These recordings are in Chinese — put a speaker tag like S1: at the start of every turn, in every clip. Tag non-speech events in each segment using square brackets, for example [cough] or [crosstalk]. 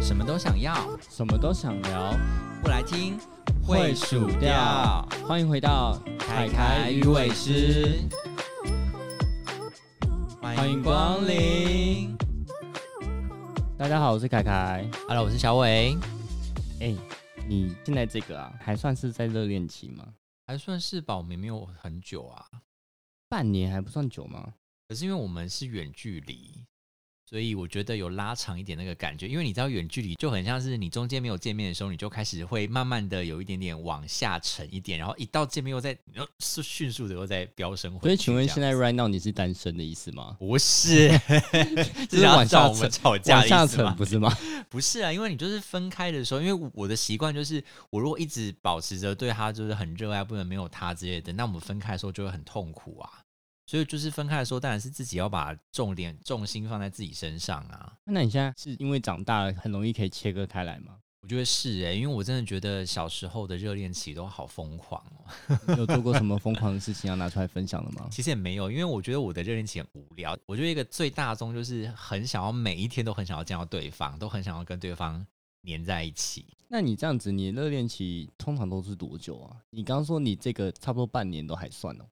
S1: 什么都想要，
S2: 什么都想聊，
S1: 不来听
S2: 会数掉。欢迎回到
S1: 凯凯鱼尾狮，欢迎光临。
S2: 大家好，我是凯凯。
S1: Hello，我是小伟，
S2: 哎、你现在这个啊，还算是在热恋期吗？
S1: 还算是吧，我们也没有很久啊。
S2: 半年还不算久吗？
S1: 可是因为我们是远距离，所以我觉得有拉长一点那个感觉。因为你知道远距离就很像是你中间没有见面的时候，你就开始会慢慢的有一点点往下沉一点，然后一到见面又再然后是迅速的又再飙升回去。
S2: 所以请问
S1: 这样
S2: 现在 right now 你是单身的意思吗？
S1: 不
S2: [laughs]
S1: 是，这是要
S2: 往
S1: 找
S2: 下
S1: 我们
S2: 沉
S1: 吵架
S2: 往
S1: 的
S2: 下
S1: 意思
S2: 沉
S1: 吗？
S2: 不是吗？
S1: 不是啊，因为你就是分开的时候，因为我的习惯就是，我如果一直保持着对他就是很热爱，不能没有他之类的，那我们分开的时候就会很痛苦啊。所以就是分开的时候，当然是自己要把重点重心放在自己身上啊。
S2: 那你现在是因为长大了，很容易可以切割开来吗？
S1: 我觉得是诶、因为我真的觉得小时候的热恋期都好疯狂哦。 [laughs]
S2: 你有做过什么疯狂的事情要拿出来分享的吗？
S1: 其实也没有，因为我觉得我的热恋期很无聊。我觉得一个最大宗就是很想要每一天都很想要见到对方，都很想要跟对方黏在一起。
S2: [laughs] 那你这样子，你热恋期通常都是多久啊？你刚刚说你这个差不多半年都还算哦。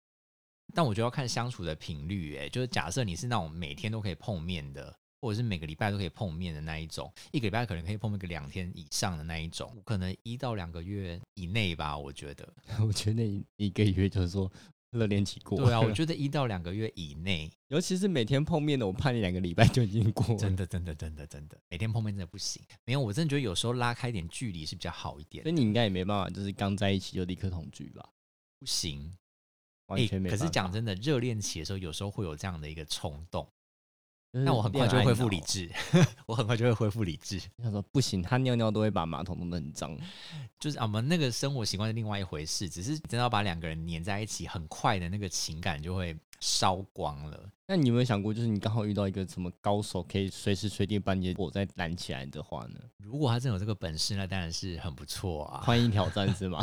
S1: 但我觉得要看相处的频率、欸，就是假设你是那种每天都可以碰面的，或者是每个礼拜都可以碰面的那一种，一个礼拜可能可以碰面个两天以上的那一种，可能一到两个月以内吧，我觉得。
S2: [laughs] 我觉得你一个月就是说热恋期过，
S1: 对啊，我觉得一到两个月以内，
S2: 尤其是每天碰面的，我怕你两个礼拜就已经过了
S1: 真。的真的真的真的，每天碰面真的不行。没有，我真的觉得有时候拉开一点距离是比较好一点
S2: 所以。你应该也没办法，就是刚在一起就立刻同居吧，
S1: 不行，欸
S2: 完全没
S1: 可
S2: 办法。
S1: 是讲真的，热恋期的时候，有时候会有这样的一个冲动，
S2: 就是
S1: 那我很快就
S2: 恋爱
S1: 恢复
S2: 脑啊
S1: 理。智， [laughs] 我很快就会恢复理智。
S2: 他说不行，他尿尿都会把马桶弄得很脏。
S1: 就是啊我们那个生活习惯是另外一回事，只是真的要把两个人黏在一起，很快的那个情感就会烧光了。
S2: 那你有没有想过，就是你刚好遇到一个什么高手，可以随时随地把你的火再燃起来的话呢？
S1: 如果他真的有这个本事，那当然是很不错啊。
S2: 欢迎挑战是吗？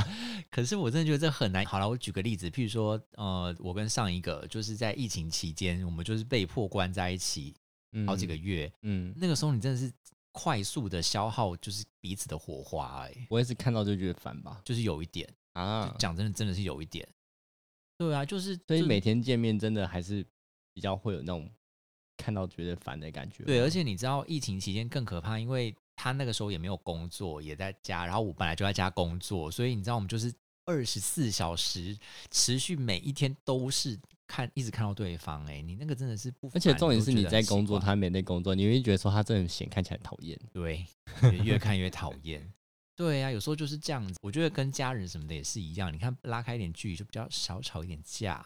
S1: 可是我真的觉得这很难。好了，我举个例子，譬如说，呃，我跟上一个就是在疫情期间，我们就是被迫关在一起 [laughs]
S2: 嗯
S1: 好几个，月，
S2: 嗯，
S1: 那个时候你真的是快速的消耗就是彼此的火花、欸，
S2: 我也是看到就觉得烦吧。
S1: 就是有一点，
S2: 啊
S1: 就，讲真的，真的是有一点。对啊，就是
S2: 所以
S1: 就
S2: 每天见面真的还是比较会有那种看到觉得烦的感觉吗。
S1: 对，而且你知道疫情期间更可怕，因为他那个时候也没有工作，也在家，然后我本来就在家工作，所以你知道我们就是二十四小时持续每一天都是看，一直看到对方、欸。哎，你那个真的是不，
S2: 而且重点是你在工作，，他没在工作，你会觉得说他这种闲看起来很讨厌。
S1: 对，就越看越讨厌。对啊，有时候就是这样子。我觉得跟家人什么的也是一样，你看拉开一点距离，就比较少吵一点架。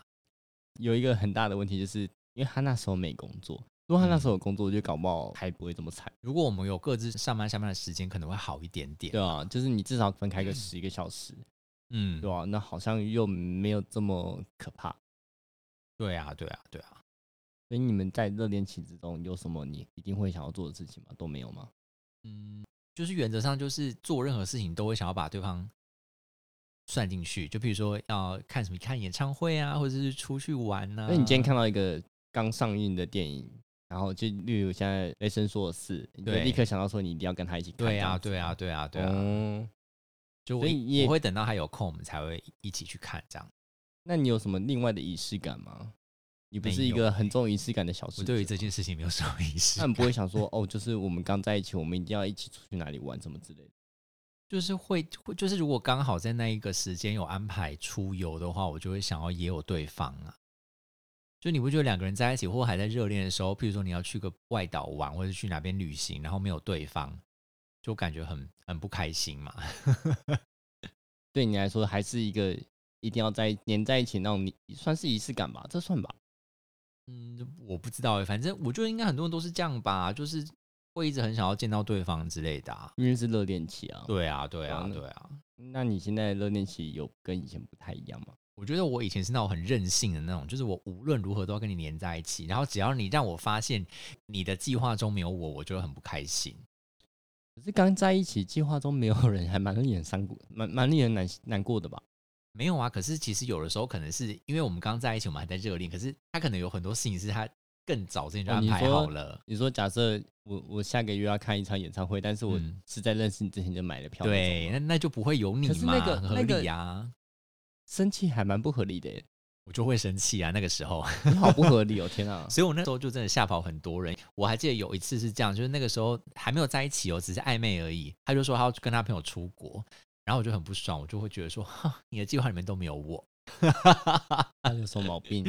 S2: 有一个很大的问题就是，因为他那时候没工作，如果他那
S1: 嗯
S2: 时候有工作，我就搞不好还不会这么惨。
S1: 如果我们有各自上班下班的时间，可能会好一点点
S2: 对。啊，就是你至少分开个十个小时，
S1: 嗯，
S2: 对啊，那好像又没有这么可怕。
S1: 对啊，对啊，对啊。
S2: 所以你们在热恋期之中有什么你一定会想要做的事情吗？都没有吗？
S1: 嗯，就是原则上就是做任何事情都会想要把对方算进去，就比如说要看什么看演唱会啊，或者是出去玩呐、啊。
S2: 那你今天看到一个刚上映的电影，然后就例如现在《雷神索尔四》，你就
S1: 对
S2: 立刻想到说你一定要跟他一起看。
S1: 对
S2: 这
S1: 啊，
S2: 样子
S1: 对啊，，对啊，对啊，
S2: 哦
S1: 就我
S2: 所以
S1: 一
S2: 你也
S1: 我会等到他有空，我们才会一起去看这样。
S2: 那你有什么另外的仪式感吗？你不是
S1: 没
S2: 一
S1: 有
S2: 个很重仪式感的小
S1: 我
S2: 事，
S1: 对于这，件事情没有什么意识
S2: 那你不
S1: 感，
S2: 会想说哦，就是我们刚在一起，我们一定要一起出去哪里玩什么之类的。
S1: 就是会会就是如果刚好在那一个时间有安排出游的话，我就会想要也有对方啊。就你不觉得两个人在一起或还在热恋的时候，譬如说你要去个外岛玩，或者去哪边旅行，然后没有对方，就感觉很很不开心嘛？ [laughs]
S2: 对你来说，还是一个一定要在黏在一起那种，你算是仪式感吧？这算吧？
S1: 嗯，我不知道欸，反正我觉得应该很多人都是这样吧，就是会一直很想要见到对方之类的、啊。
S2: 因为是热恋期啊。。
S1: 对啊，对啊，
S2: 完了
S1: 对啊。
S2: 那你现在热恋期有跟以前不太一样吗？
S1: 我觉得我以前是那种很任性的那种，就是我无论如何都要跟你黏在一起，然后只要你让我发现你的计划中没有我，我就会很不开心。
S2: 可是刚在一起，计划中没有人，还蛮令人伤过，蛮蛮令人难难过的吧？
S1: 没有啊，可是其实有的时候可能是因为我们刚在一起，我们还在热恋，可是他可能有很多事情是他更早之前就
S2: 哦
S1: 安
S2: 你
S1: 排
S2: 说
S1: 好了。
S2: 你说假设我我下个月要看一场演唱会，但是我
S1: 嗯
S2: 是在认识你之前就买了票那种吗，
S1: 对，那那就不会有你
S2: 可是
S1: 嘛，
S2: 那个
S1: 很合
S2: 那个
S1: 理啊。
S2: 生气还蛮不合理的耶，
S1: 我就会生气啊，那个时候，
S2: 你好不合理哦，天 [laughs] 啊！
S1: 所以我那时候就真的吓跑很多人。我还记得有一次是这样，就是那个时候还没有在一起哦，只是暧昧而已。他就说他要跟他朋友出国，然后我就很不爽，我就会觉得说，哈你的计划里面都没有我。
S2: 嗯他有什么毛 [laughs] 病？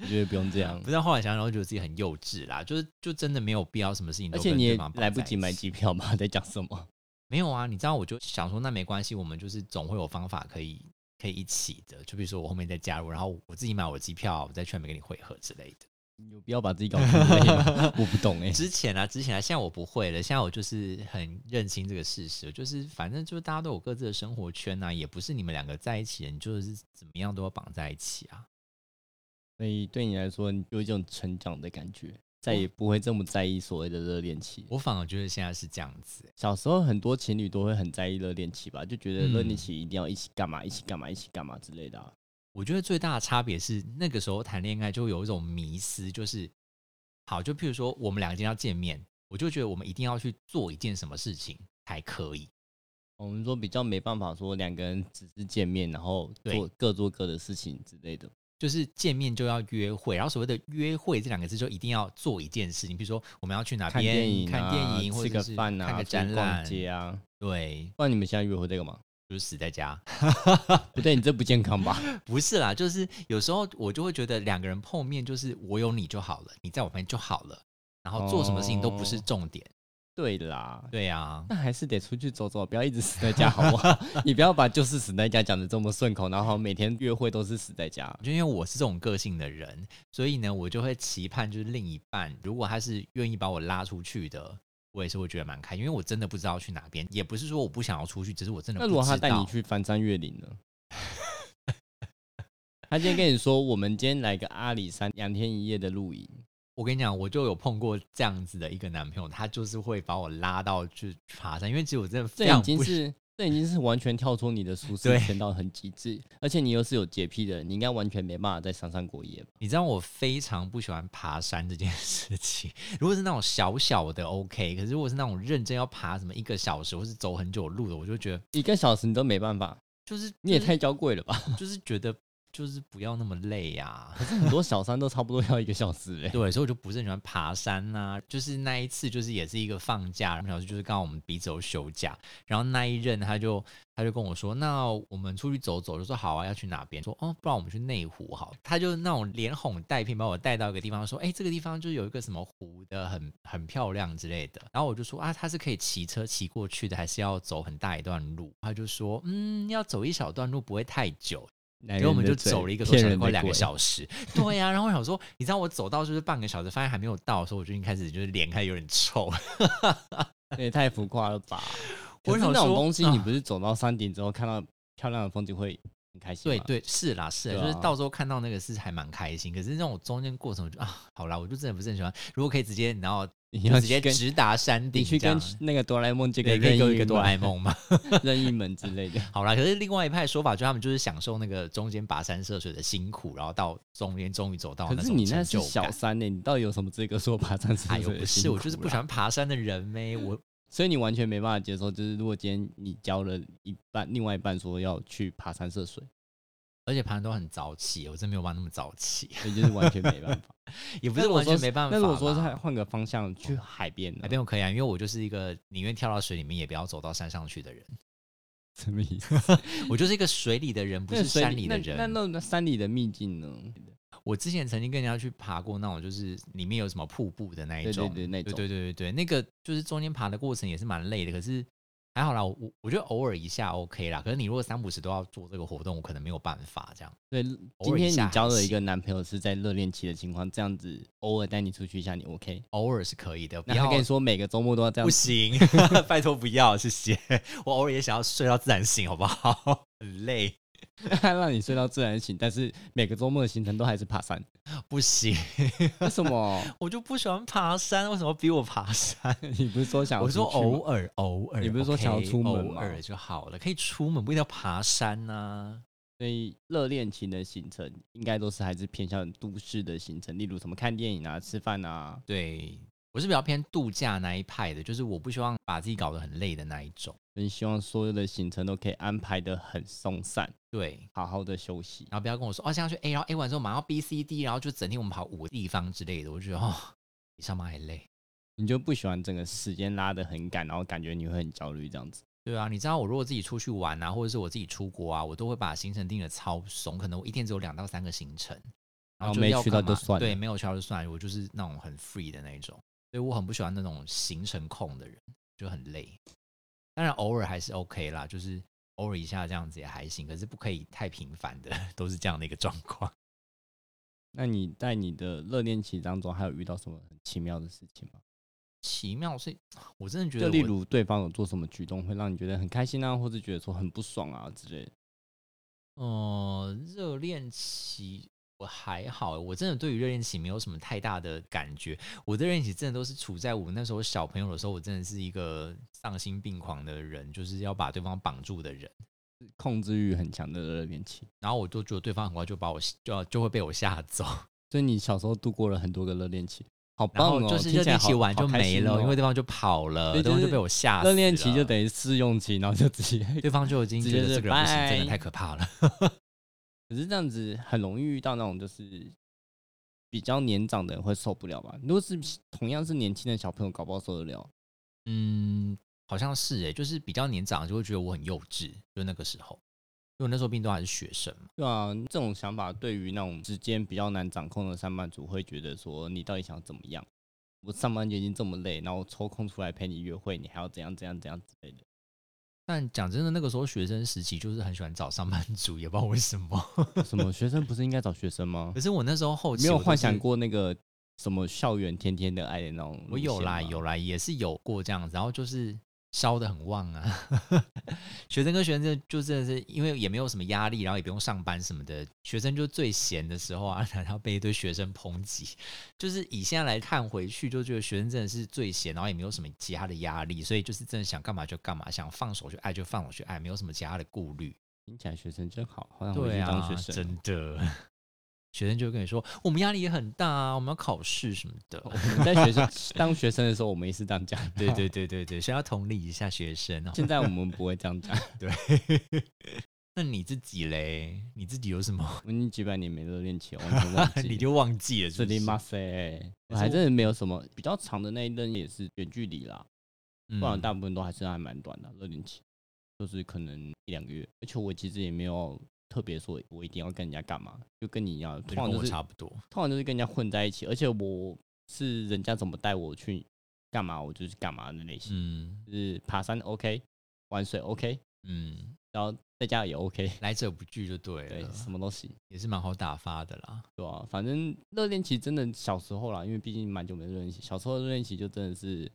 S2: 我觉得不用这样
S1: 不，知道后来想想，然后觉得自己很幼稚啦，就是就真的没有必要什么事情
S2: 而
S1: 都
S2: 且
S1: 跟
S2: 你
S1: 对
S2: 也
S1: 方绑
S2: 来不
S1: 在
S2: 及
S1: 一
S2: 买
S1: 起
S2: 机票嘛，在讲什 [laughs] 么？
S1: 没有啊，你知道，我就想说，那没关系，我们就是总会有方法可以可以一起的。就比如说我后面再加入，然后我自己买我的机票，我再去那边跟你会合之类的。
S2: 有必要把自己搞成这样 [laughs] 吗？我不懂哎，
S1: 之前啊，之前啊，现在我不会了，现在我就是很认清这个事实，就是反正就是大家都有各自的生活圈啊，也不是你们两个在一起的，你就是怎么样都要绑在一起啊。
S2: 所以对你来说，你有一种成长的感觉，再也不会这么在意所谓的热恋期。
S1: 我反而觉得现在是这样子、欸
S2: 小时候很多情侣都会很在意热恋期吧，就觉得
S1: 嗯
S2: 热恋期一定要一起干嘛，一起干嘛，一起干嘛之类的、啊。
S1: 我觉得最大的差别是，那个时候谈恋爱就会有一种迷思，就是好，就譬如说我们两个今天要见面，我就觉得我们一定要去做一件什么事情才可以。
S2: 我们说比较没办法说两个人只是见面，然后做
S1: 对
S2: 各做各的事情之类的。
S1: 就是见面就要约会，然后所谓的约会这两个字就一定要做一件事情，比如说我们要去哪
S2: 看
S1: 边
S2: 电影、啊、
S1: 看电影或
S2: 吃
S1: 者
S2: 个
S1: 是
S2: 饭啊、
S1: 看个
S2: 出去
S1: 展
S2: 逛
S1: 览，
S2: 街啊。
S1: 对，
S2: 不然你们现在约会在干 [laughs] 嘛？
S1: 就是死在家。 [laughs]
S2: 不对，你这不健康吧？
S1: 不是啦，就是有时候我就会觉得两个人碰面就是我有你就好了，你在我旁边就好了，然后做什么事情都不是
S2: 哦
S1: 重点。
S2: [laughs] 对啦，
S1: 对啊，
S2: 那还是得出去走走，不要一直死在家，好不 [laughs] 好？你不要把就是死在家讲的这么顺口，然后每天约会都是死在家。
S1: 就因为我是这种个性的人，所以呢，我就会期盼就是另一半，如果他是愿意把我拉出去的，我也是会觉得蛮开心，因为我真的不知道去哪边，也不是说我不想要出去，只是我真的
S2: 那
S1: 不知道。
S2: 如果他带你，去翻山越岭 [laughs] 呢？他今天跟你说，我们今天来个阿里山两天一夜的露营，
S1: 我跟你讲，我就有碰过这样子的一个男朋友，他就是会把我拉到去爬山，因为其实我真的
S2: 这
S1: 非常
S2: 已
S1: 不
S2: 经
S1: 喜
S2: 是这已经是完全跳出你的舒适
S1: 对
S2: 圈到很极致，而且你又是有洁癖的人，你应该完全没办法在山上过夜吧？
S1: 你知道我非常不喜欢爬山这件 [laughs] 事情。如果是那种小小的 OK，可是如果是那种认真要爬什么一个小时或是走很久的路的，我就觉得
S2: 一个小时你都没办法，
S1: 就是
S2: 你也
S1: 就是
S2: 太娇贵了吧？
S1: 就是觉得就是不要那么累啊呀、
S2: 很多小山都差不多要一个小时欸嘞、
S1: [laughs] 对，所以我就不是很喜欢爬山呐、就是那一次，就是也是一个放假，然后老师就是刚好我们彼此有休假，然后那一任他就他就跟我说，那我们出去走走，就说好啊，要去哪边？说哦，不然我们去内湖好了。他就那种连哄带骗把我带到一个地方，说哎、这个地方就有一个什么湖的，很很漂亮之类的。然后我就说啊，它是可以骑车骑过去的，还是要走很大一段路？他就说嗯，要走一小段路，不会太久，
S2: 然
S1: 然后我们就走了一个多
S2: 骗
S1: 小时，
S2: 人的
S1: 快两个
S2: 鬼
S1: 小时。对呀、然后我想说，你知道我走到就是半个小时，发现还没有到的时候，我就已经开始就是脸开始有点臭。
S2: 这 [laughs] 也太浮夸了
S1: [laughs]
S2: 吧！
S1: 我
S2: 可是
S1: 想
S2: 那种
S1: 说
S2: 东西，你
S1: 啊
S2: 不是走到山顶之后看到漂亮的风景会很开心
S1: 对
S2: 吗？
S1: 对，是啦是啦，
S2: 对
S1: 就是
S2: 啊
S1: 到时候看到那个是还蛮开心。可是那种中间过程，我就啊，好啦，我就真的不是很喜欢。如果可以直接，然后
S2: 你
S1: 就
S2: 要
S1: 直接
S2: 去跟
S1: 直达山
S2: 你
S1: 顶，
S2: 去
S1: 这
S2: 跟
S1: 样
S2: 那个哆啦 A 梦借个
S1: 对，可以
S2: 任
S1: 有
S2: 意
S1: 一个哆啦 A 梦嘛。
S2: 门 [laughs] 任意门之
S1: [laughs]
S2: 类的。
S1: 好啦，可是另外一派说法，就他们就是享受那个中间跋山涉水的辛苦，然后到中间终于走到
S2: 可
S1: 哦那
S2: 是
S1: 种
S2: 你那
S1: 成
S2: 是
S1: 就
S2: 小
S1: 感。
S2: 山呢、你到底有什么资格说爬山是
S1: 哎呦，
S2: 有
S1: 不是，我就是不喜
S2: 想，
S1: 欢爬山的人呗。我
S2: 所以你完全没办法接受。就是如果今天你交了一半，另外一半说要去爬山涉水，
S1: 而且爬山都很早起，我真没有办法那么早
S2: [laughs]
S1: 起，
S2: 所以就是完全
S1: [laughs]
S2: 没办法。
S1: 也不
S2: 那
S1: 是
S2: 如果
S1: 完
S2: 说
S1: 全没办法
S2: 那
S1: 啦。
S2: 如果说是换个方向去海边呢，
S1: 海边我可以啊，因为我就是一个宁愿跳到水里面也不要走到山上去的人，
S2: [laughs] 什么意思？
S1: 我就是一个水里的人，不
S2: 那
S1: 是
S2: 水
S1: 山里的
S2: 那
S1: 人。
S2: 那那山里的秘境呢？
S1: 我之前曾经跟人家去爬过那种，就是里面有什么瀑布的那一
S2: 对
S1: 种
S2: 对，对，那
S1: 对
S2: 种
S1: 对对对对，那个就是中间爬的过程也是蛮累的，可是还好啦，我我我觉得偶尔一下 OK 啦。可是你如果三不时都要做这个活动，我可能没有办法这样。
S2: 对，
S1: 偶
S2: 今
S1: 尔一
S2: 天
S1: 下
S2: 你
S1: 还
S2: 交了一
S1: 行
S2: 个男朋友是在热恋期的情况，这样子偶尔带你出去一下，你 OK？
S1: 偶尔是可以的，不
S2: 那他
S1: 要
S2: 跟你说每个周末都要这样
S1: 不
S2: 子，
S1: 行，
S2: [laughs]
S1: 拜托不要，谢谢。我偶尔也想要睡到自然醒，好不好？很累，
S2: 他 [laughs] 让你睡到自然醒，但是每个周末的行程都还是爬
S1: [laughs]
S2: 山，
S1: 不行，
S2: 为什么？
S1: 我就不喜欢爬山，为什么逼我爬山？
S2: [laughs] 你不是说想要
S1: 我说
S2: 出去吗
S1: 偶尔，偶尔，
S2: 你不是说想要
S1: OK，
S2: 出门
S1: 偶
S2: 吗
S1: 尔就好了，可以出门，不一定要爬山呐、啊
S2: 所以热恋期的行程应该都是还是偏向都市的行程，例如什么看电影啊、吃饭啊。
S1: 对我是比较偏度假那一派的，就是我不希望把自己搞得很累的那一种。
S2: 很希望所有的行程都可以安排的很松散，
S1: 对，
S2: 好好的休息。
S1: 然后不要跟我说哦，现在去 A，然后 A 完之后马上 B、C、D，然后就整天我们跑五个地方之类的，我就觉得哦，比上班还累。
S2: 你就不喜欢整个时间拉得很赶，然后感觉你会很焦虑这样子。
S1: 对啊，你知道我如果自己出去玩啊，或者是我自己出国啊，我都会把行程定的超松，可能我一天只有两到三个行程，
S2: 然后
S1: 就
S2: 哦没
S1: 要
S2: 去
S1: 干
S2: 到就
S1: 嘛
S2: 算
S1: 对，
S2: 了
S1: 没有去到就算了，我就是那种很 free 的那一种，所以我很不喜欢那种行程控的人，就很累。当然偶尔还是 OK 啦，就是偶尔一下这样子也还行，可是不可以太频繁的， [laughs] 都是这样的一个状况。 [laughs]
S2: 那你在你的热恋期当中，还有遇到什么很奇妙的事情吗？
S1: 奇妙是，我真的觉得
S2: 就
S1: 我，
S2: 例如对方有做什么举动会让你觉得很开心啊，或者觉得说很不爽啊之类的。
S1: 呃，热恋期我还好欸，我真的对于热恋期没有什么太大的感觉。我的热恋期真的都是处在我那时候小朋友的时候，我真的是一个丧心病狂的人，就是要把对方绑住的人。
S2: 控制欲很强的热恋期，
S1: 然后我就觉得对方很快就把我就要就会被我吓走，
S2: 所以你小时候度过了很多个热恋期，好
S1: 然
S2: 棒
S1: 后
S2: 哦！
S1: 就是
S2: 听
S1: 热
S2: 起来
S1: 恋
S2: 好
S1: 期完就
S2: 好开
S1: 没
S2: 心
S1: 了，
S2: 哦
S1: 因为对方就跑了，
S2: 对
S1: 对方
S2: 就
S1: 就是被我吓死
S2: 热恋期就
S1: 了
S2: 等于试用期，然后就直接。
S1: [laughs] 对方就已经
S2: 直
S1: 觉
S2: 接
S1: 得
S2: 是
S1: 这个人不行，真的
S2: 拜
S1: 太可怕了。
S2: 可是这样子很容易遇到那种就是比较年长的人会受不了吧？如果是同样是年轻的小朋友，搞不好受得了。
S1: 嗯，好像是哎、就是比较年长就会觉得我很幼稚，就那个时候，因为我那时候毕竟都还是学生嘛。
S2: 对啊，这种想法对于那种时间比较难掌控的上班族，会觉得说你到底想怎么样？我上班就已经这么累，然后抽空出来陪你约会，你还要怎样怎样怎样之类的。
S1: 但讲真的，那个时候学生时期就是很喜欢找上班族，也不知道为什么。 [laughs]
S2: 什么学生不是应该找学生吗
S1: 可？是我那时候后期
S2: 没
S1: [laughs]
S2: 有
S1: 我都
S2: 幻想
S1: 是，
S2: 过那个什么校园天天的爱的那种。
S1: 我有啦有，啦，也是有过这样子，然后就是烧的很旺啊。 [laughs] 学生跟学生就真的是因为也没有什么压力，然后也不用上班什么的，学生就最闲的时候啊， [laughs] 然后被一堆学生抨击。就是以现在来看回去，就觉得学生真的是最闲，然后也没有什么其他的压力，所以就是真的想干嘛就干嘛，想放手去爱就放手去爱，没有什么其他的顾虑。
S2: 听起来学生真好，好想回
S1: 对
S2: 去当
S1: 啊，
S2: 学生。
S1: 真的。 [laughs] 学生就会跟你说，我们压力也很大啊，我们要考试什么的。
S2: 我们哦 [laughs] 在学生当学生的时候，我们也是这样讲。
S1: 对对对对对，所以要同理一下学生哦。
S2: [laughs] 现在我们不会这样讲，
S1: 对，那你自己嘞？你自己有什么？
S2: 我已经几百年没热恋期了，完全忘
S1: [laughs]
S2: 记。
S1: 你就忘记了是
S2: 是
S1: 不
S2: 的
S1: 是？
S2: 吗？塞，我
S1: 是
S2: 还
S1: 我
S2: 真的没有什么比较长的那一任也是远距离啦，
S1: 嗯
S2: 不然大部分都还是还蛮短的热恋期，就是可能一两个月。而且我其实也没有特别说我一定要跟人家干嘛，就跟你一样，
S1: 哦就
S2: 通
S1: 跟
S2: 常就
S1: 我
S2: 是
S1: 差不多。
S2: 通常就是跟人家混在一起，而且我是人家怎么带我去干嘛，我就去干嘛的类型，
S1: 嗯
S2: 就是爬山 OK，玩水 OK，
S1: 嗯，
S2: 然后在家也 OK，
S1: 来者不拒就对啊
S2: 对，
S1: 了，
S2: 什么都行。
S1: 也是蛮好打发的啦。
S2: 对啊，反正热恋期真的小时候啦，因为毕竟蛮久没热恋期。小时候的热恋期就真的是，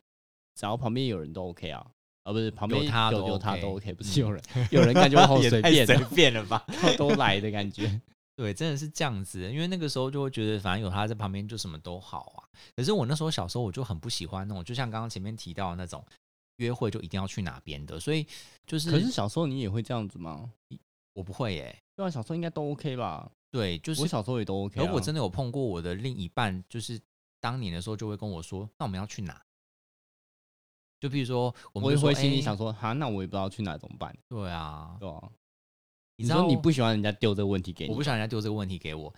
S2: 只要旁边有人都 OK 啊，啊不是旁边
S1: 有他
S2: 有
S1: 都
S2: 有他
S1: OK
S2: 都 OK，不
S1: 嗯
S2: 是
S1: [laughs]
S2: 有人、有人感觉我好
S1: 也
S2: 随
S1: 太
S2: 便
S1: 随
S2: 啊，
S1: 便了吧？
S2: 都来的
S1: [laughs]
S2: 感觉。
S1: 对，真的是这样子，因为那个时候就会觉得，反正有他在旁边就什么都好啊。可是我那时候小时候我就很不喜欢那种，就像刚刚前面提到的那种约会就一定要去哪边的，所以就是
S2: 可是小时候你也会这样子吗？
S1: 我不会耶、
S2: 对啊，小时候应该都 OK 吧？
S1: 对，就是
S2: 我小时候也都 OK、啊。
S1: 如果真的有碰过我的另一半，就是当年的时候就会跟我说，那我们要去哪？就比如说，我们
S2: 我也
S1: 就说
S2: 会心里想
S1: 哎
S2: 说，哈、那我也不知道去哪怎么办，
S1: 对啊，
S2: 对啊？
S1: 你
S2: 你
S1: 知道
S2: 说你不喜欢人家丢这个问题给你，
S1: 我不想人家丢这个问题给我。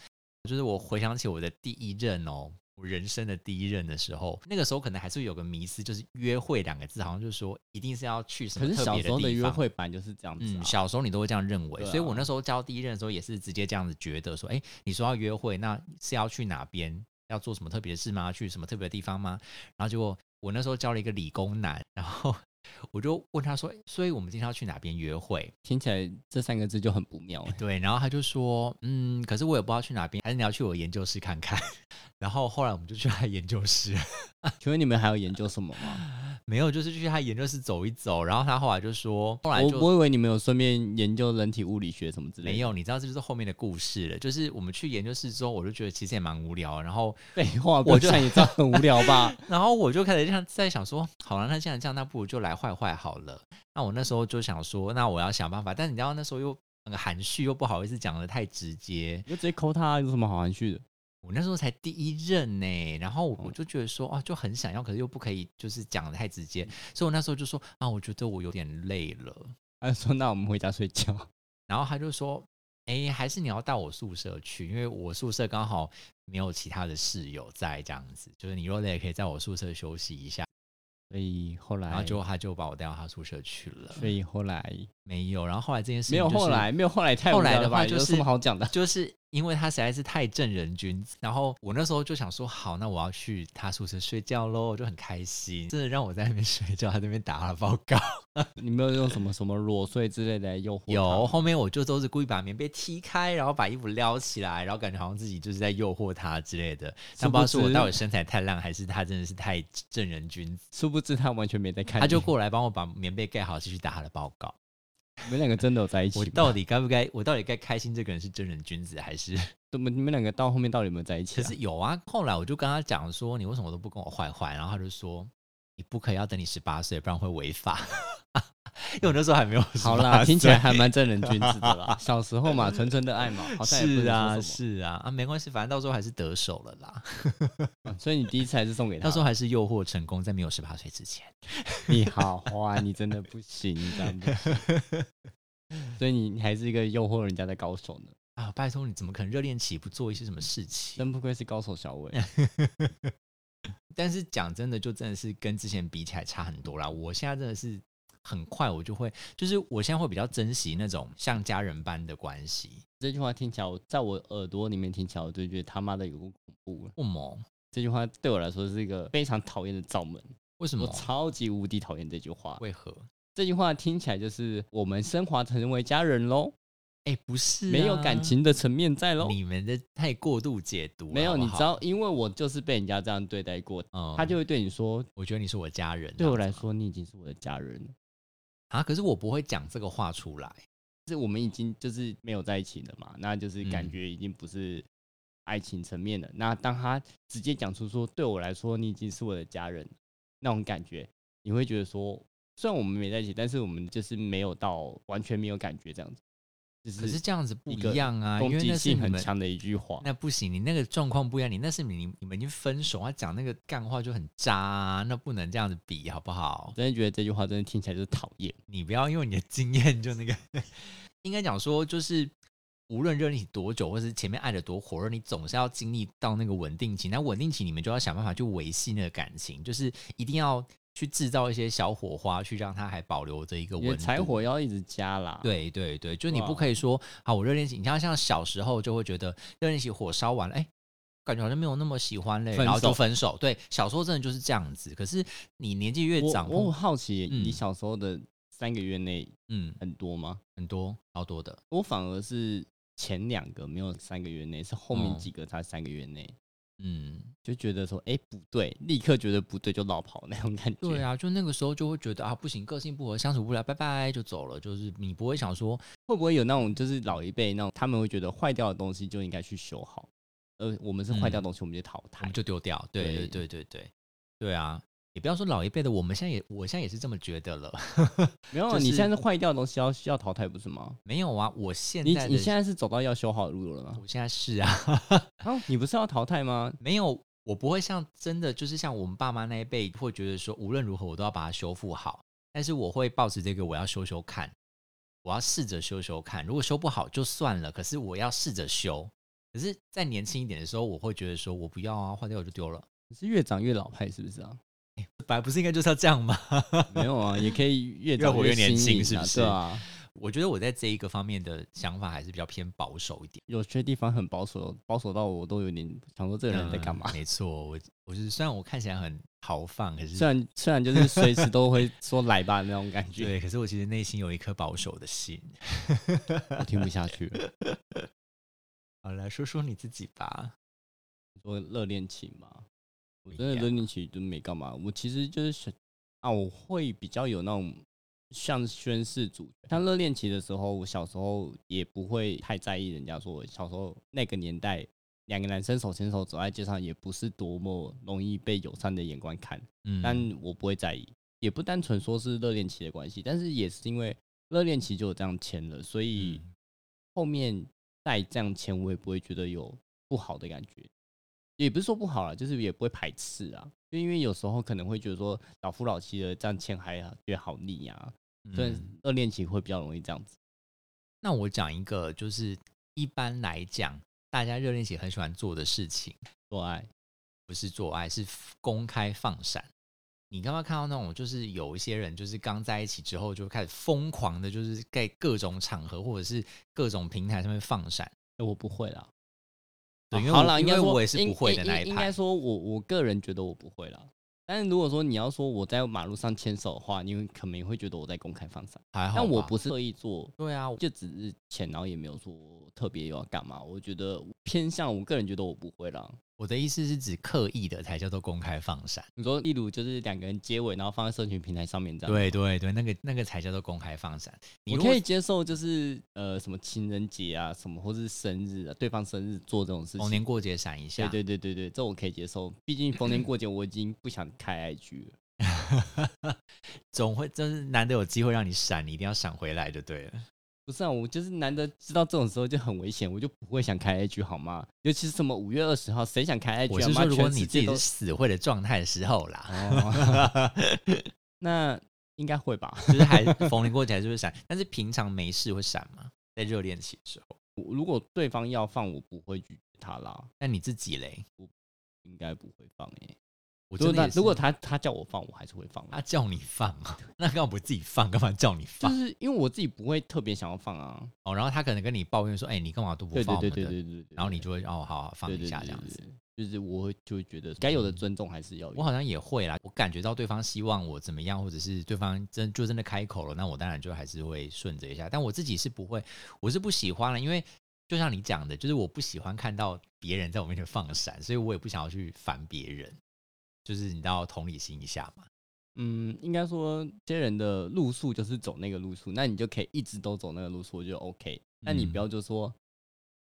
S1: 就是我回想起我的第一任哦，我人生的第一任的时候，那个时候可能还是有个迷思，就是“约会”两个字，好像就是说一定是要去什
S2: 可
S1: 么
S2: 是
S1: 特
S2: 小
S1: 别
S2: 时候的
S1: 地
S2: 约
S1: 方。
S2: 会版就是这样子啊。
S1: 嗯，小时候你都会这样认为，
S2: 对啊
S1: 所以我那时候交第一任的时候也是直接这样子觉得说，哎、你说要约会，那是要去哪边？要做什么特别的事吗？去什么特别的地方吗？然后结果我那时候交了一个理工男，然后 [laughs] 我就问他说，所以我们今天要去哪边约会？
S2: 听起来这三个字就很不妙、欸。 [laughs]
S1: 对，然后他就说，嗯，可是我也不知道去哪边，还是你要去我研究室看看。 [laughs] 然后后来我们就去他研究室，
S2: 请问你们还有研究什么吗？
S1: [laughs] 没有，就是去他研究室走一走。然后他后来就说，后来
S2: 我
S1: 就
S2: 我以为你们有顺便研究人体物理学什么之类的。
S1: 没，有，你知道这就是后面的故事了。就是我们去研究室之后，我就觉得其实也蛮无聊。然后，
S2: 废话，
S1: 我
S2: 我
S1: 就
S2: 就像你这样很无聊吧？
S1: 然后我就开始这样在想说，好了，那既然这样，那不如就来坏坏好了。那我那时候就想说，那我要想办法。但你知道那时候又很含蓄又不好意思讲的太直接。
S2: [laughs] 你就直接抠他，有什么好含蓄的？
S1: 我那时候才第一任呢、然后
S2: 哦
S1: 我我就觉得说啊，就很想要，可是又不可以，就是讲的太直
S2: 嗯
S1: 接，所以我那时候就说啊，我觉得我有点累了。
S2: 他就说：“那我们回家睡觉。
S1: 然后他就说，哎、还是你要到我宿舍去，因为我宿舍刚好没有其他的室友在，这样子，就是你若累也可以在我宿舍休息一下。”
S2: [laughs] 所以后来，
S1: 然后就他就把我带到他宿舍去了，
S2: 所以后来
S1: 没有。然后后来这件事
S2: 没
S1: 情
S2: 有
S1: 就是
S2: 后来，没有后来太
S1: 后
S2: 无
S1: 来
S2: 聊
S1: 的
S2: 了
S1: 话
S2: 吧
S1: 就
S2: 有什
S1: 是
S2: 么好讲的？
S1: [laughs] 就是因为他实在是太正人君子，然后我那时候就想说，好，那我要去他宿舍睡觉喽，我就很开心，真的让我在那边睡觉，他这边打了报
S2: [laughs]
S1: 告。
S2: [laughs] 你没有用什么什么裸睡之类的来诱惑他
S1: 有后面我就都是故意把棉被踢开，然后把衣服撩起来，然后感觉好像自己就是在诱惑他之类的，但不知道是
S2: 殊不
S1: 我
S2: 知
S1: 到底身材太烂，还是他真的是太正人君子，
S2: 殊不知他完全没在看你，
S1: 他就过
S2: [laughs]
S1: 来帮我把棉被盖好，继续打他的报告。
S2: 你们两个真的有在一起
S1: 我
S2: 吗？
S1: 到底该不该？我到底该开心这个人是真人君子还是？
S2: 怎么你们两个到后面到底有没有在一起
S1: 可
S2: 啊？
S1: 是有啊，后来我就跟他讲说，你为什么都不跟我坏坏？然后他就说，你不可以要等你十八岁，不然会违法。 [laughs] 因为我那时候还没有18岁。
S2: 嗯好啦，听起来还蛮正人君子的 [laughs] 啦。小时候嘛，纯纯的爱嘛，
S1: [laughs]
S2: 好像也不
S1: 是
S2: 能
S1: 啊，
S2: 说什
S1: 是啊，啊，没关系，反正到时候还是得手了啦。
S2: 么。嗯所以你第一次还是送给他
S1: 到
S2: 了。
S1: 时候还是诱惑成功，在没有十八岁之前。
S2: [laughs] 你好花，你真的不行，你知道吗？所以你你还是一个诱惑人家的高手呢，
S1: 啊，拜托，你怎么可能热恋期不做一些什
S2: 嗯
S1: 么事情？
S2: 真不愧是高手小
S1: [laughs]
S2: 伟。
S1: 但是讲真的，就真的是跟之前比起来差很多啦。我现在真的是很快，我就会，就是我现在会比较珍惜那种像家人般的关系。
S2: 这句话听起来，我在我耳朵里面听起来，我就觉得他妈的有够恐怖了。
S1: 为什么？
S2: 这句话对我来说是一个非常讨厌的罩门，
S1: 为什
S2: 我
S1: 么？
S2: 超级无敌讨厌这句话。
S1: 为何？
S2: 这句话听起来就是我们升华成为家人喽，
S1: 哎、不是、啊
S2: 没有感，情的层面在喽。
S1: 你们的太过度解读了。
S2: 没有，
S1: 好不
S2: 你
S1: 好
S2: 知，道，因为我就是被人家这样对待过，
S1: 嗯
S2: 他就会对你说，
S1: 我觉得你是我家人，
S2: 对我来说，你已经是我的家人了。
S1: 啊，可是我不会讲这个话出来。
S2: 就是我们已经就是没有在一起了嘛，那就是感
S1: 嗯
S2: 觉已经不是爱情层面了。那当他直接讲出说对我来说你已经是我的家人那种感觉，你会觉得说，虽然我们没在一起，但是我们就是没有到完全没有感觉这样子，就
S1: 可是
S2: 是
S1: 这样子不
S2: 一
S1: 一
S2: 个
S1: 样啊，因
S2: 攻
S1: 为
S2: 击
S1: 那是
S2: 性
S1: 你
S2: 很
S1: 们
S2: 强的一句话。
S1: 那不行，你那个状况不一样，你那是你你们已经分手，他讲那个干话就很渣啊、那不能这样子比，好不好？
S2: 真的觉得这句话真的听起来就是讨厌。
S1: 你不要因为你的经验就那个， [laughs] 应该讲说就是。无论热恋期多久，或是前面爱的多火热，你总是要经历到那个稳定期。那稳定期，你们就要想办法去维系那个感情，就是一定要去制造一些小火花，去让它还保留着一个
S2: 你的
S1: 温
S2: 柴
S1: 度。
S2: 火要一直加啦，，
S1: 对对对，就你不
S2: 哇
S1: 可以说啊，我热恋期，你像像小时候就会觉得热恋期火烧完了，哎，感觉好像没有那么喜欢嘞，
S2: 分
S1: 然后就
S2: 手
S1: 分手。对，小时候真的就是这样子。可是你年纪越
S2: 我
S1: 长，
S2: 我很好奇，
S1: 嗯
S2: 你小时候的三个月内
S1: 嗯，
S2: 很多吗？
S1: 很多超多的。
S2: 我反而是前两个没有三个月内，是后面
S1: 嗯
S2: 几个才三个月内，
S1: 嗯，
S2: 就觉得说，哎、不对，立刻觉得不对就绕跑那种感觉。
S1: 对啊，就那个时候就会觉得啊，不行，个性不合，相处不来，拜拜，就走了。就是你不会想说，
S2: 会不会有那种就是老一辈那种，他们会觉得坏掉的东西就应该去修好，而我们是坏掉的东西我们就淘
S1: 嗯我
S2: 汰。
S1: 们就丢掉。对对
S2: 对
S1: 对对对，对啊，也不要说老一辈的，我们现在也，我现在也是这么觉得了。 [laughs]
S2: 没有，啊
S1: 就是
S2: 你现在是坏掉的东西要要淘汰不是吗？
S1: 没有啊，我现
S2: 你
S1: 在的
S2: 你现在是走到要修好的路了吗？
S1: 我现在是啊。 [laughs]
S2: 啊，你不是要淘汰吗？
S1: 没有，我不会像真的就是像我们爸妈那一辈会觉得说，无论如何我都要把它修复好。但是我会抱持这个，我要修修看，我要试着修修看。如果修不好就算了，可是我要试着修。可是，在年轻一点的时候，我会觉得说我不要啊，坏掉我就丢了。
S2: 你是越长越老派是不是啊？ [laughs]
S1: 本来不是应该就是要这样吗？ [laughs]
S2: 没有啊，也可以越
S1: 越
S2: 长
S1: 活越年轻
S2: 新颖啊
S1: 是不是
S2: 对啊，
S1: 我觉得我在这一个方面的想法还是比较偏保守一点。
S2: 有些地方很保守，保守到我都有点想说这个人在干嘛
S1: 嗯。没错，我我是虽然我看起来很豪放，可是
S2: [laughs] 虽然虽然就是随时都会说来吧那种感觉，
S1: 对，可是我其实内心有一颗保守的心。
S2: 我听不下去了。
S1: 好了，说说你自己吧。
S2: 你 [laughs] 说热恋期嘛，我
S1: 不
S2: 真的
S1: 一样
S2: 热恋期就没干嘛，我其实就是想啊，我会比较有那种像宣誓主权。像热恋期的时候，我小时候也不会太在意人家说，我小时候那个年代，两个男生手牵手走在街上，也不是多么容易被友善的眼光看。
S1: 嗯
S2: 但我不会在意，也不单纯说是热恋期的关系，但是也是因为热恋期就有这样签了，所以
S1: 嗯
S2: 后面再这样签，我也不会觉得有不好的感觉，也不是说不好啦，就是也不会排斥啊。就因为有时候可能会觉得说老夫老妻的这样签还觉得好腻啊，所以
S1: 嗯
S2: 热恋期会比较容易这样子。
S1: 那我讲一个，就是一般来讲，大家热恋期很喜欢做的事情，
S2: 做爱
S1: 不是做爱，是公开放闪。你刚刚看到那种，就是有一些人，就是刚在一起之后就开始疯狂的，就是在各种场合或者是各种平台上面放闪。
S2: 欸我不会啦。
S1: 对，因为
S2: 哦啊好
S1: 我
S2: 啦，
S1: 因
S2: 应该
S1: 为
S2: 说
S1: 我也是
S2: 应
S1: 不会的
S2: 应
S1: 那一
S2: 应该
S1: 派。
S2: 说我我个人觉得我不会啦。但是如果说你要说我在马路上牵手的话，你可能会觉得我在公开放闪，
S1: 还好吧，
S2: 但我不是特意做，
S1: 对啊，
S2: 就只是钱，然后也没有说特别要干嘛。我觉得偏向我个人觉得我不会啦。
S1: 我的意思是指刻意的才叫做公开放闪。
S2: 你说，例如就是两个人接吻，然后放在社群平台上面这样，
S1: 对对对，那个那个才叫做公开放闪。你
S2: 我
S1: 如果
S2: 可以接受，就是呃什么情人节啊，什么或是生日啊，对方生日做这种事
S1: 逢
S2: 情，
S1: 年过节啊闪一下，
S2: 对对对对对，这我可以接受。毕竟逢年过节我已经不想开 IG 了。
S1: 总会就是难得有机会让你闪，你一定要闪回来就对了。
S2: 不是啊，我就是难得知道这种时候就很危险，我就不会想开 IG 好吗？尤其是什么五月二十号，谁想开 IG 啊？
S1: 我是
S2: 妈
S1: 说，如果
S2: 全
S1: 你
S2: 世
S1: 自
S2: 界
S1: 己
S2: 都
S1: 是死会的状态的时候啦， [laughs]
S2: 哦， [laughs] 那应该会吧？
S1: 就是还逢年过节还是会闪，但是平常没事会闪吗？在热恋期的时候，
S2: 我如果对方要放，我不会拒绝他啦，
S1: 那你自己嘞？
S2: 应该不会放诶、
S1: 我
S2: 如
S1: 真
S2: 果
S1: 的
S2: 他
S1: 也是
S2: 如果他他叫我放，我还是会放啊。
S1: 他叫你放啊，那干嘛不自己放？干嘛叫你
S2: 就
S1: 放？
S2: 是因为我自己不会特别想要放啊，
S1: 哦，然后他可能跟你抱怨说：“哎、你干嘛都不
S2: 对
S1: 放
S2: 对
S1: 我
S2: 对
S1: 们的
S2: 对对对，
S1: 然后你就会哦，好好放一下这样子。，
S2: 就是我会就会觉得嗯该有的尊重还是要
S1: 我
S2: 有。
S1: 好像也会啦，我感觉到对方希望我怎么样，或者是对方真就真的开口了，那我当然就还是会顺着一下。但我自己是不会，我是不喜欢了，因为就像你讲的，就是我不喜欢看到别人在我面前放闪，所以我也不想要去烦别人，就是你到同理心一下嘛。
S2: 嗯，应该说这些人的路数就是走那个路数，那你就可以一直都走那个路数，我觉得 OK。那你
S1: 嗯
S2: 不要就说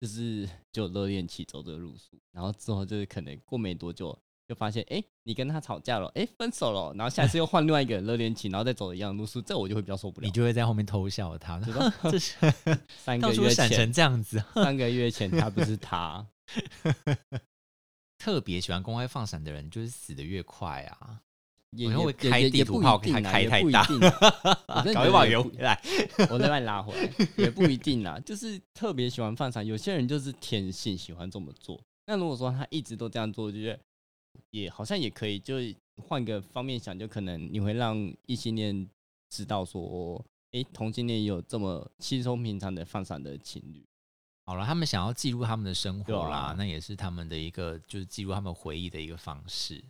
S2: 就是就热恋期走这个路数，然后之后就是可能过没多久。就发现，哎、你跟他吵架了，哎、分手了，然后下次又换另外一个人热恋期，然后再走一样的路数，这我就会比较受不了
S1: 你。就会在后面偷笑他，
S2: 知
S1: 说 [laughs]
S2: 道
S1: 这是
S2: 三个
S1: 当初
S2: 月
S1: 闪
S2: 前，
S1: 成这样子。 [laughs]
S2: 三个月前他不是他，
S1: 特别喜欢公开放闪的人，就是死的越快啊！
S2: 也
S1: 我
S2: 也
S1: 认为
S2: 也
S1: 开
S2: 也
S1: 地
S2: 也
S1: 图
S2: 不一
S1: 炮
S2: 定
S1: 开
S2: 啦
S1: 开
S2: 也
S1: 太
S2: 不一
S1: 大
S2: 定啦
S1: [laughs]
S2: 我真的
S1: 搞一把
S2: 觉得也
S1: 圆
S2: 不
S1: 回来，
S2: 我再把你拉回来，也不一定啦。就是特别喜欢放闪，有些人就是天性喜欢这么做。那如果说他一直都这样做，我就觉得也好像也可以，就换个方面想，就可能你会让异性恋知道说，哦诶，同性恋也有这么稀松平常的放闪的情侣。
S1: 好了，他们想要记录他们的生活啦，
S2: 对啊
S1: 那也是他们的一个就是记录他们回忆的一个方式。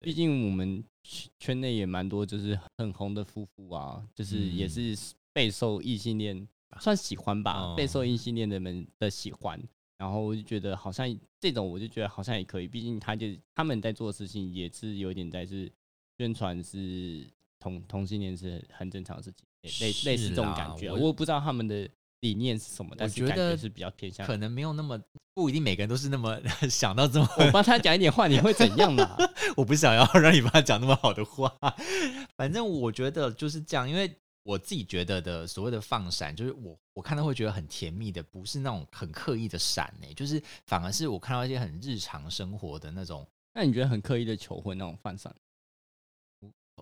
S2: 毕竟我们圈圈内也蛮多就是很红的夫妇啊，就是
S1: 嗯
S2: 也是备受异性恋算喜欢吧
S1: 哦，
S2: 备受异性恋的们的喜欢。然后我就觉得好像这种，我就觉得好像也可以，毕竟他就他们在做的事情也是有点在是宣传是同同性恋是很正常的事情，类
S1: 是
S2: 类似这种
S1: 啦
S2: 感觉啊。
S1: 我
S2: 我不知道他们的理念是什么，但是
S1: 觉
S2: 感
S1: 得
S2: 觉是比较偏向。
S1: 可能没有那么不一定每个人都是那么 [laughs] 想到这么，
S2: 我帮他讲一点话，你会怎样啦？ [laughs]
S1: 我不想要让你帮他讲那么好的话。反正我觉得就是这样，因为我自己觉得的所谓的放闪，就是我我看到会觉得很甜蜜的，不是那种很刻意的闪呢、就是反而是我看到一些很日常生活的那种。
S2: 那你觉得很刻意的求婚那种放闪？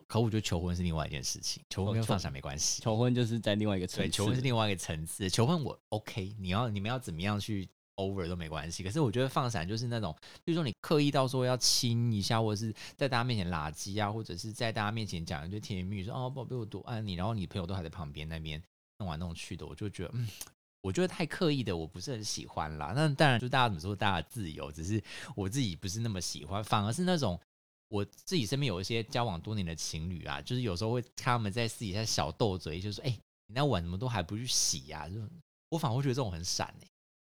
S1: 可我觉得求婚是另外一件事情，求婚
S2: 哦
S1: 跟
S2: 求
S1: 放闪没关系。
S2: 求婚就是在另外一个层
S1: 对，
S2: 次，
S1: 求婚是另外一个层次。求婚我 OK，你要你们要怎么样去 over 都没关系。可是我觉得放闪就是那种，比如说你刻意到说要亲一下，或者是在大家面前拉鸡啊，或者是在大家面前讲一堆甜言蜜语，说哦宝贝我多爱你，然后你朋友都还在旁边那边弄来弄去的，我就觉得嗯。我觉得太刻意的，我不是很喜欢啦。那当然，就大家怎么说，大家自由。只是我自己不是那么喜欢，反而是那种我自己身边有一些交往多年的情侣啊，就是有时候会看他们在私底下小斗嘴，就说：“哎、你那碗怎么都还不去洗呀、就我反而会觉得这种很闪哎、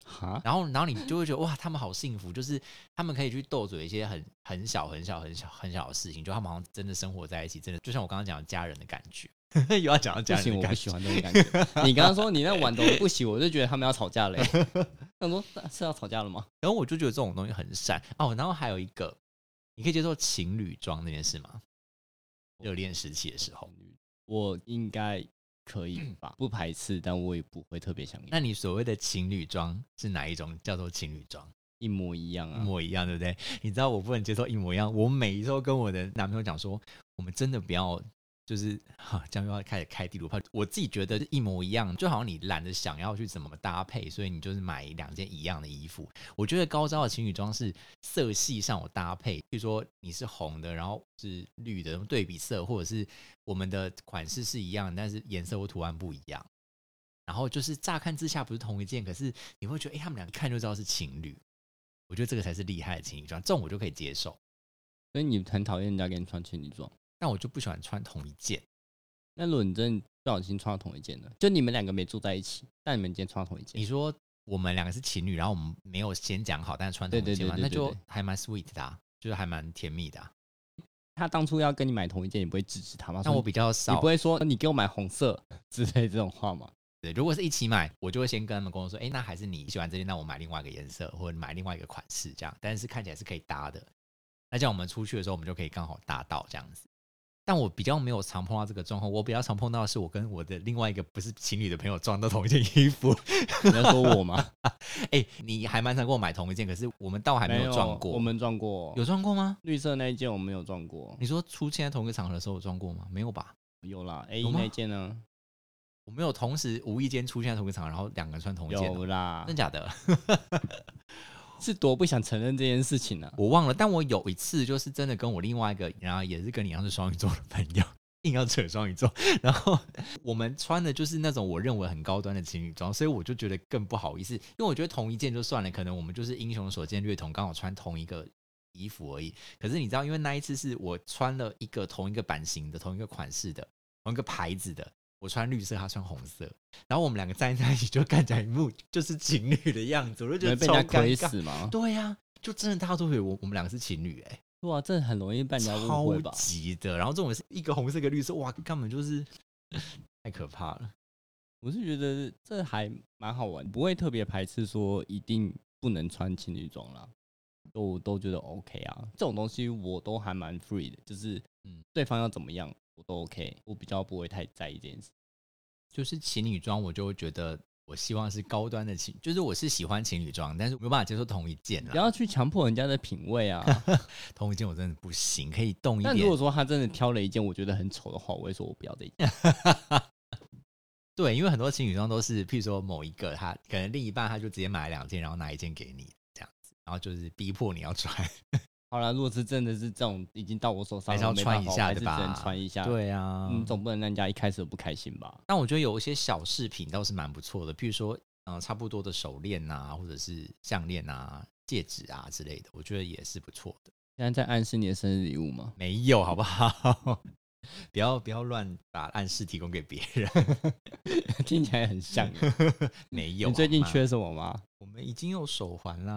S2: 哈，
S1: 然后然后你就会觉得哇，他们好幸福，就是他们可以去斗嘴一些很很小很小很小很小的事情，就他们好像真的生活在一起，真的就像我刚刚讲的家人的感觉， [laughs] 又要讲到
S2: 不
S1: 家人
S2: 行，
S1: 的
S2: 我不
S1: 感
S2: 喜
S1: 觉。
S2: 欢这种感觉。你刚刚说你那碗都不洗，我就觉得他们要吵架
S1: [laughs]
S2: 了、欸。想说是要吵架了吗？
S1: 然后我就觉得这种东西很闪哦。然后还有一个，你可以接受情侣装那件事吗？热恋时期的时候，
S2: 我应该可以吧，不排斥，但我也不会特别想要
S1: 那你所谓的情侣装是哪一种？叫做情侣装，
S2: 一模一样
S1: 一
S2: 啊。
S1: 模一样，对不对？你知道我不能接受一模一样，我每一周跟我的男朋友讲说，我们真的不要。就是哈、这样又要开始开地图炮。我自己觉得一模一样，就好像你懒得想要去怎么搭配，所以你就是买两件一样的衣服。我觉得高招的情侣装是色系上有搭配，比如说你是红的，然后是绿的对比色，或者是我们的款式是一样，但是颜色或图案不一样。然后就是乍看之下不是同一件，可是你会觉得，哎、他们俩一看就知道是情侣。我觉得这个才是厉害的情侣装，这种我就可以接受，
S2: 所以你很讨厌人家给你穿情侣装。
S1: 但我就不喜欢穿同一件。
S2: 那如果你真的不小心穿到同一件了，就你们两个没住在一起，但你们今天穿到同一件
S1: 你，说我们两个是情侣，然后我们没有先讲好，但是穿同一件嘛，
S2: 对对对对
S1: 那就
S2: 对
S1: 还蛮 sweet 的、啊，就是还蛮甜蜜的、啊。
S2: 他当初要跟你买同一件，你不会制止他吗？
S1: 但
S2: 说
S1: 我比较
S2: 你
S1: 少
S2: 不，会说你给我买红色之类这种话吗？
S1: 对如果是一起买，我就会先跟他们沟通说，哎、那还是你喜欢这件，那我买另外一个颜色，或者买另外一个款式这样，但是看起来是可以搭的。那这样我们出去的时候，我们就可以刚好搭到这样子。但我比较没有常碰到这个状况，我比较常碰到的是我跟我的另外一个不是情侣的朋友撞到同一件衣服。
S2: 你要说我吗？ [laughs]
S1: 哎、你还蛮常跟我买同一件，可是我们倒还没有撞过。
S2: 我们撞过。
S1: 有撞过吗？
S2: 绿色那一件我没有撞过，
S1: 你说出现在同一个场合的时候有撞过吗？没有吧？
S2: 有啦。A
S1: 有吗
S2: 那一件啊呢？
S1: 我没有同时无意间出现在同一个场合，然后两个人穿同一件哦、
S2: 有啦
S1: 真，假的？
S2: 啊是多不想承认这件事情呢、啊？
S1: 我忘了，但我有一次就是真的跟我另外一个，然后也是跟你一样是双鱼座的朋友， [laughs] 硬要扯双鱼座， [laughs] 然后我们穿的就是那种我认为很高端的情侣装，所以我就觉得更不好意思，因为我觉得同一件就算了，可能我们就是英雄所见略同，刚好穿同一个。衣服而已，可是你知道，因为那一次是我穿了一个同一个版型的、同一个款式的、同一个牌子的，我穿绿色，他穿红色，然后我们两个站在一起就看起来一幕就是情侣的样子，我就觉得
S2: 你会被
S1: 超
S2: 人家
S1: 尴
S2: 亏
S1: 尬。
S2: 死吗？
S1: 对呀、就真的大家都以为我我们两个是情侣哎、
S2: 哇，啊这很容易被人家误
S1: 超
S2: 会吧？
S1: 级的。然后这种是一个红色一个绿色，哇，根本就是太可怕了。
S2: 我是觉得这还蛮好玩，不会特别排斥说一定不能穿情侣装啦，都都觉得 OK 啊。这种东西我都还蛮 free 的，就是
S1: 嗯
S2: 嗯，对方要怎么样我都 OK，我比较不会太在意这件事。
S1: 就是情侣装，我就会觉得我希望是高端的情，就是我是喜欢情侣装，但是我没有办法接受同一件
S2: 不
S1: 啦，
S2: 要去强迫人家的品味啊。
S1: 同一件我真的不行，可以动一
S2: 但如
S1: 点
S2: 果。说他真的挑了一件我觉得很丑的话，我会说我不要这一件。 [laughs]
S1: 对，因为很多情侣装都是，譬如说某一个他可能另一半他就直接买了两件，然后拿一件给你这样子，然后就是逼迫你要穿。
S2: 好啦，如果是真的是这种已经到我手
S1: 还
S2: 上了，
S1: 是要
S2: 没
S1: 穿
S2: 办
S1: 一
S2: 法
S1: 下
S2: 我
S1: 的
S2: 还是只
S1: 吧
S2: 能穿一下。，
S1: 对啊，
S2: 你总不能让人家一开始就不开心吧？
S1: 但我觉得有一些小饰品倒是蛮不错的，譬如说，嗯、差不多的手链啊，或者是项链啊、戒指啊之类的，我觉得也是不错的。
S2: 现在在暗示你的生日礼物吗？
S1: 没有，好不好？ [laughs] 不要不要乱把暗示提供给别人，
S2: [laughs] 听起来很 [laughs] 像啊耶。
S1: 没有。
S2: 你最近
S1: 好吗？
S2: 缺什么吗？
S1: 我们已经有手环啦，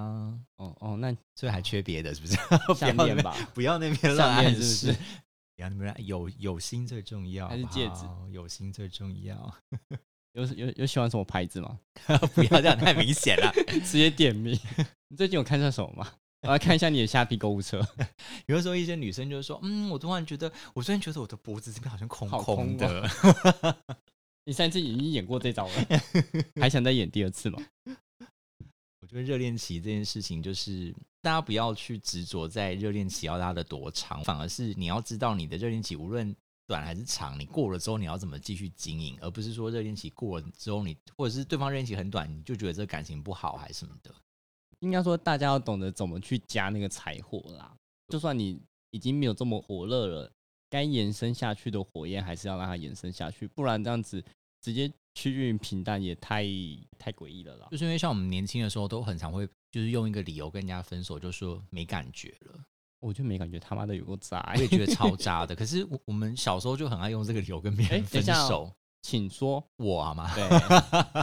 S2: 哦哦， [laughs] 那
S1: 所以还缺别的，是不 [laughs] 是？不要
S2: 项
S1: 那
S2: 链
S1: 边
S2: 吧。
S1: 不要那边乱
S2: 项
S1: 暗
S2: 链是
S1: 示，
S2: 不 [laughs] 是
S1: 不要那边乱有有心最重要，
S2: 还是
S1: 好不
S2: 戒指
S1: 好？有心最重要，
S2: [laughs]
S1: [laughs]
S2: 有有有喜欢什么牌子吗？
S1: 不要这样太明显了。
S2: 直接点名。 [laughs] 你最近有看上什么吗？ [laughs] 我要看一下你的虾皮购物车，
S1: 有的时候一些女生就是说，嗯，我突然觉得，我突然觉得我的脖子这边好像空
S2: 好
S1: 空哦
S2: 空
S1: 的，
S2: 你上次已经演过这 [laughs] 招了，还想再演第二次吗？
S1: [laughs] 我觉得热恋期这件事情，就是大家不要去执着在热恋期要拉的多长，反而是你要知道你的热恋期无论短还是长，你过了之后你要怎么继续经营，而不是说热恋期过了之后你，或者是对方热恋期很短，你就觉得这个感情不好还是什么的。
S2: 应该说大家要懂得怎么去加那个柴火啦。就算你已经没有这么火热了，该延伸下去的火焰还是要让它延伸下去，不然这样子直接趋于平淡也太太诡异了啦。
S1: 就是因为像我们年轻的时候，都很常会就是用一个理由跟人家分 [laughs] 手，就说没感觉了。
S2: 我就没感觉他妈的有个渣、欸
S1: 我也觉得超渣的。可是我我们小时候就很爱用这个理由跟别人
S2: 哎等
S1: 分
S2: 一下哦
S1: 手。[laughs]
S2: 请说。
S1: 我啊嘛，
S2: 对，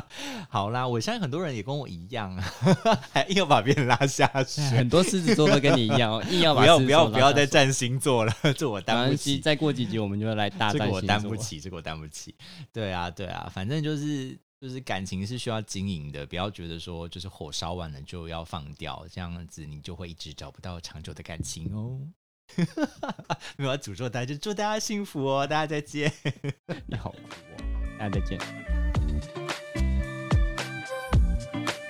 S1: 好啦，我相信很多人也跟我一样啊， [laughs] 还硬要把别人拉下水。
S2: [laughs] 很多狮子座都跟你一样、哦，硬要把
S1: 不要
S2: 狮子
S1: 不要
S2: 座
S1: 不要
S2: 拉
S1: 再
S2: 下水
S1: 占星座了， [laughs] 这我
S2: 没
S1: 担不
S2: 关系，
S1: 起，
S2: 再过几集我们就会来大
S1: 这个
S2: 战
S1: 我
S2: 星
S1: 担
S2: 座
S1: 不。起，这个我担不起。对啊对啊，反正就是就是感情是需要经营的，不要觉得说就是火烧完了就要放掉，这样子你就会一直找不到长久的感情哦。 [laughs] 没有要诅咒大家，就祝大家幸福哦，大家再见。
S2: 你好酷哦！哎、大家再见。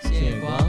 S1: 谢谢光。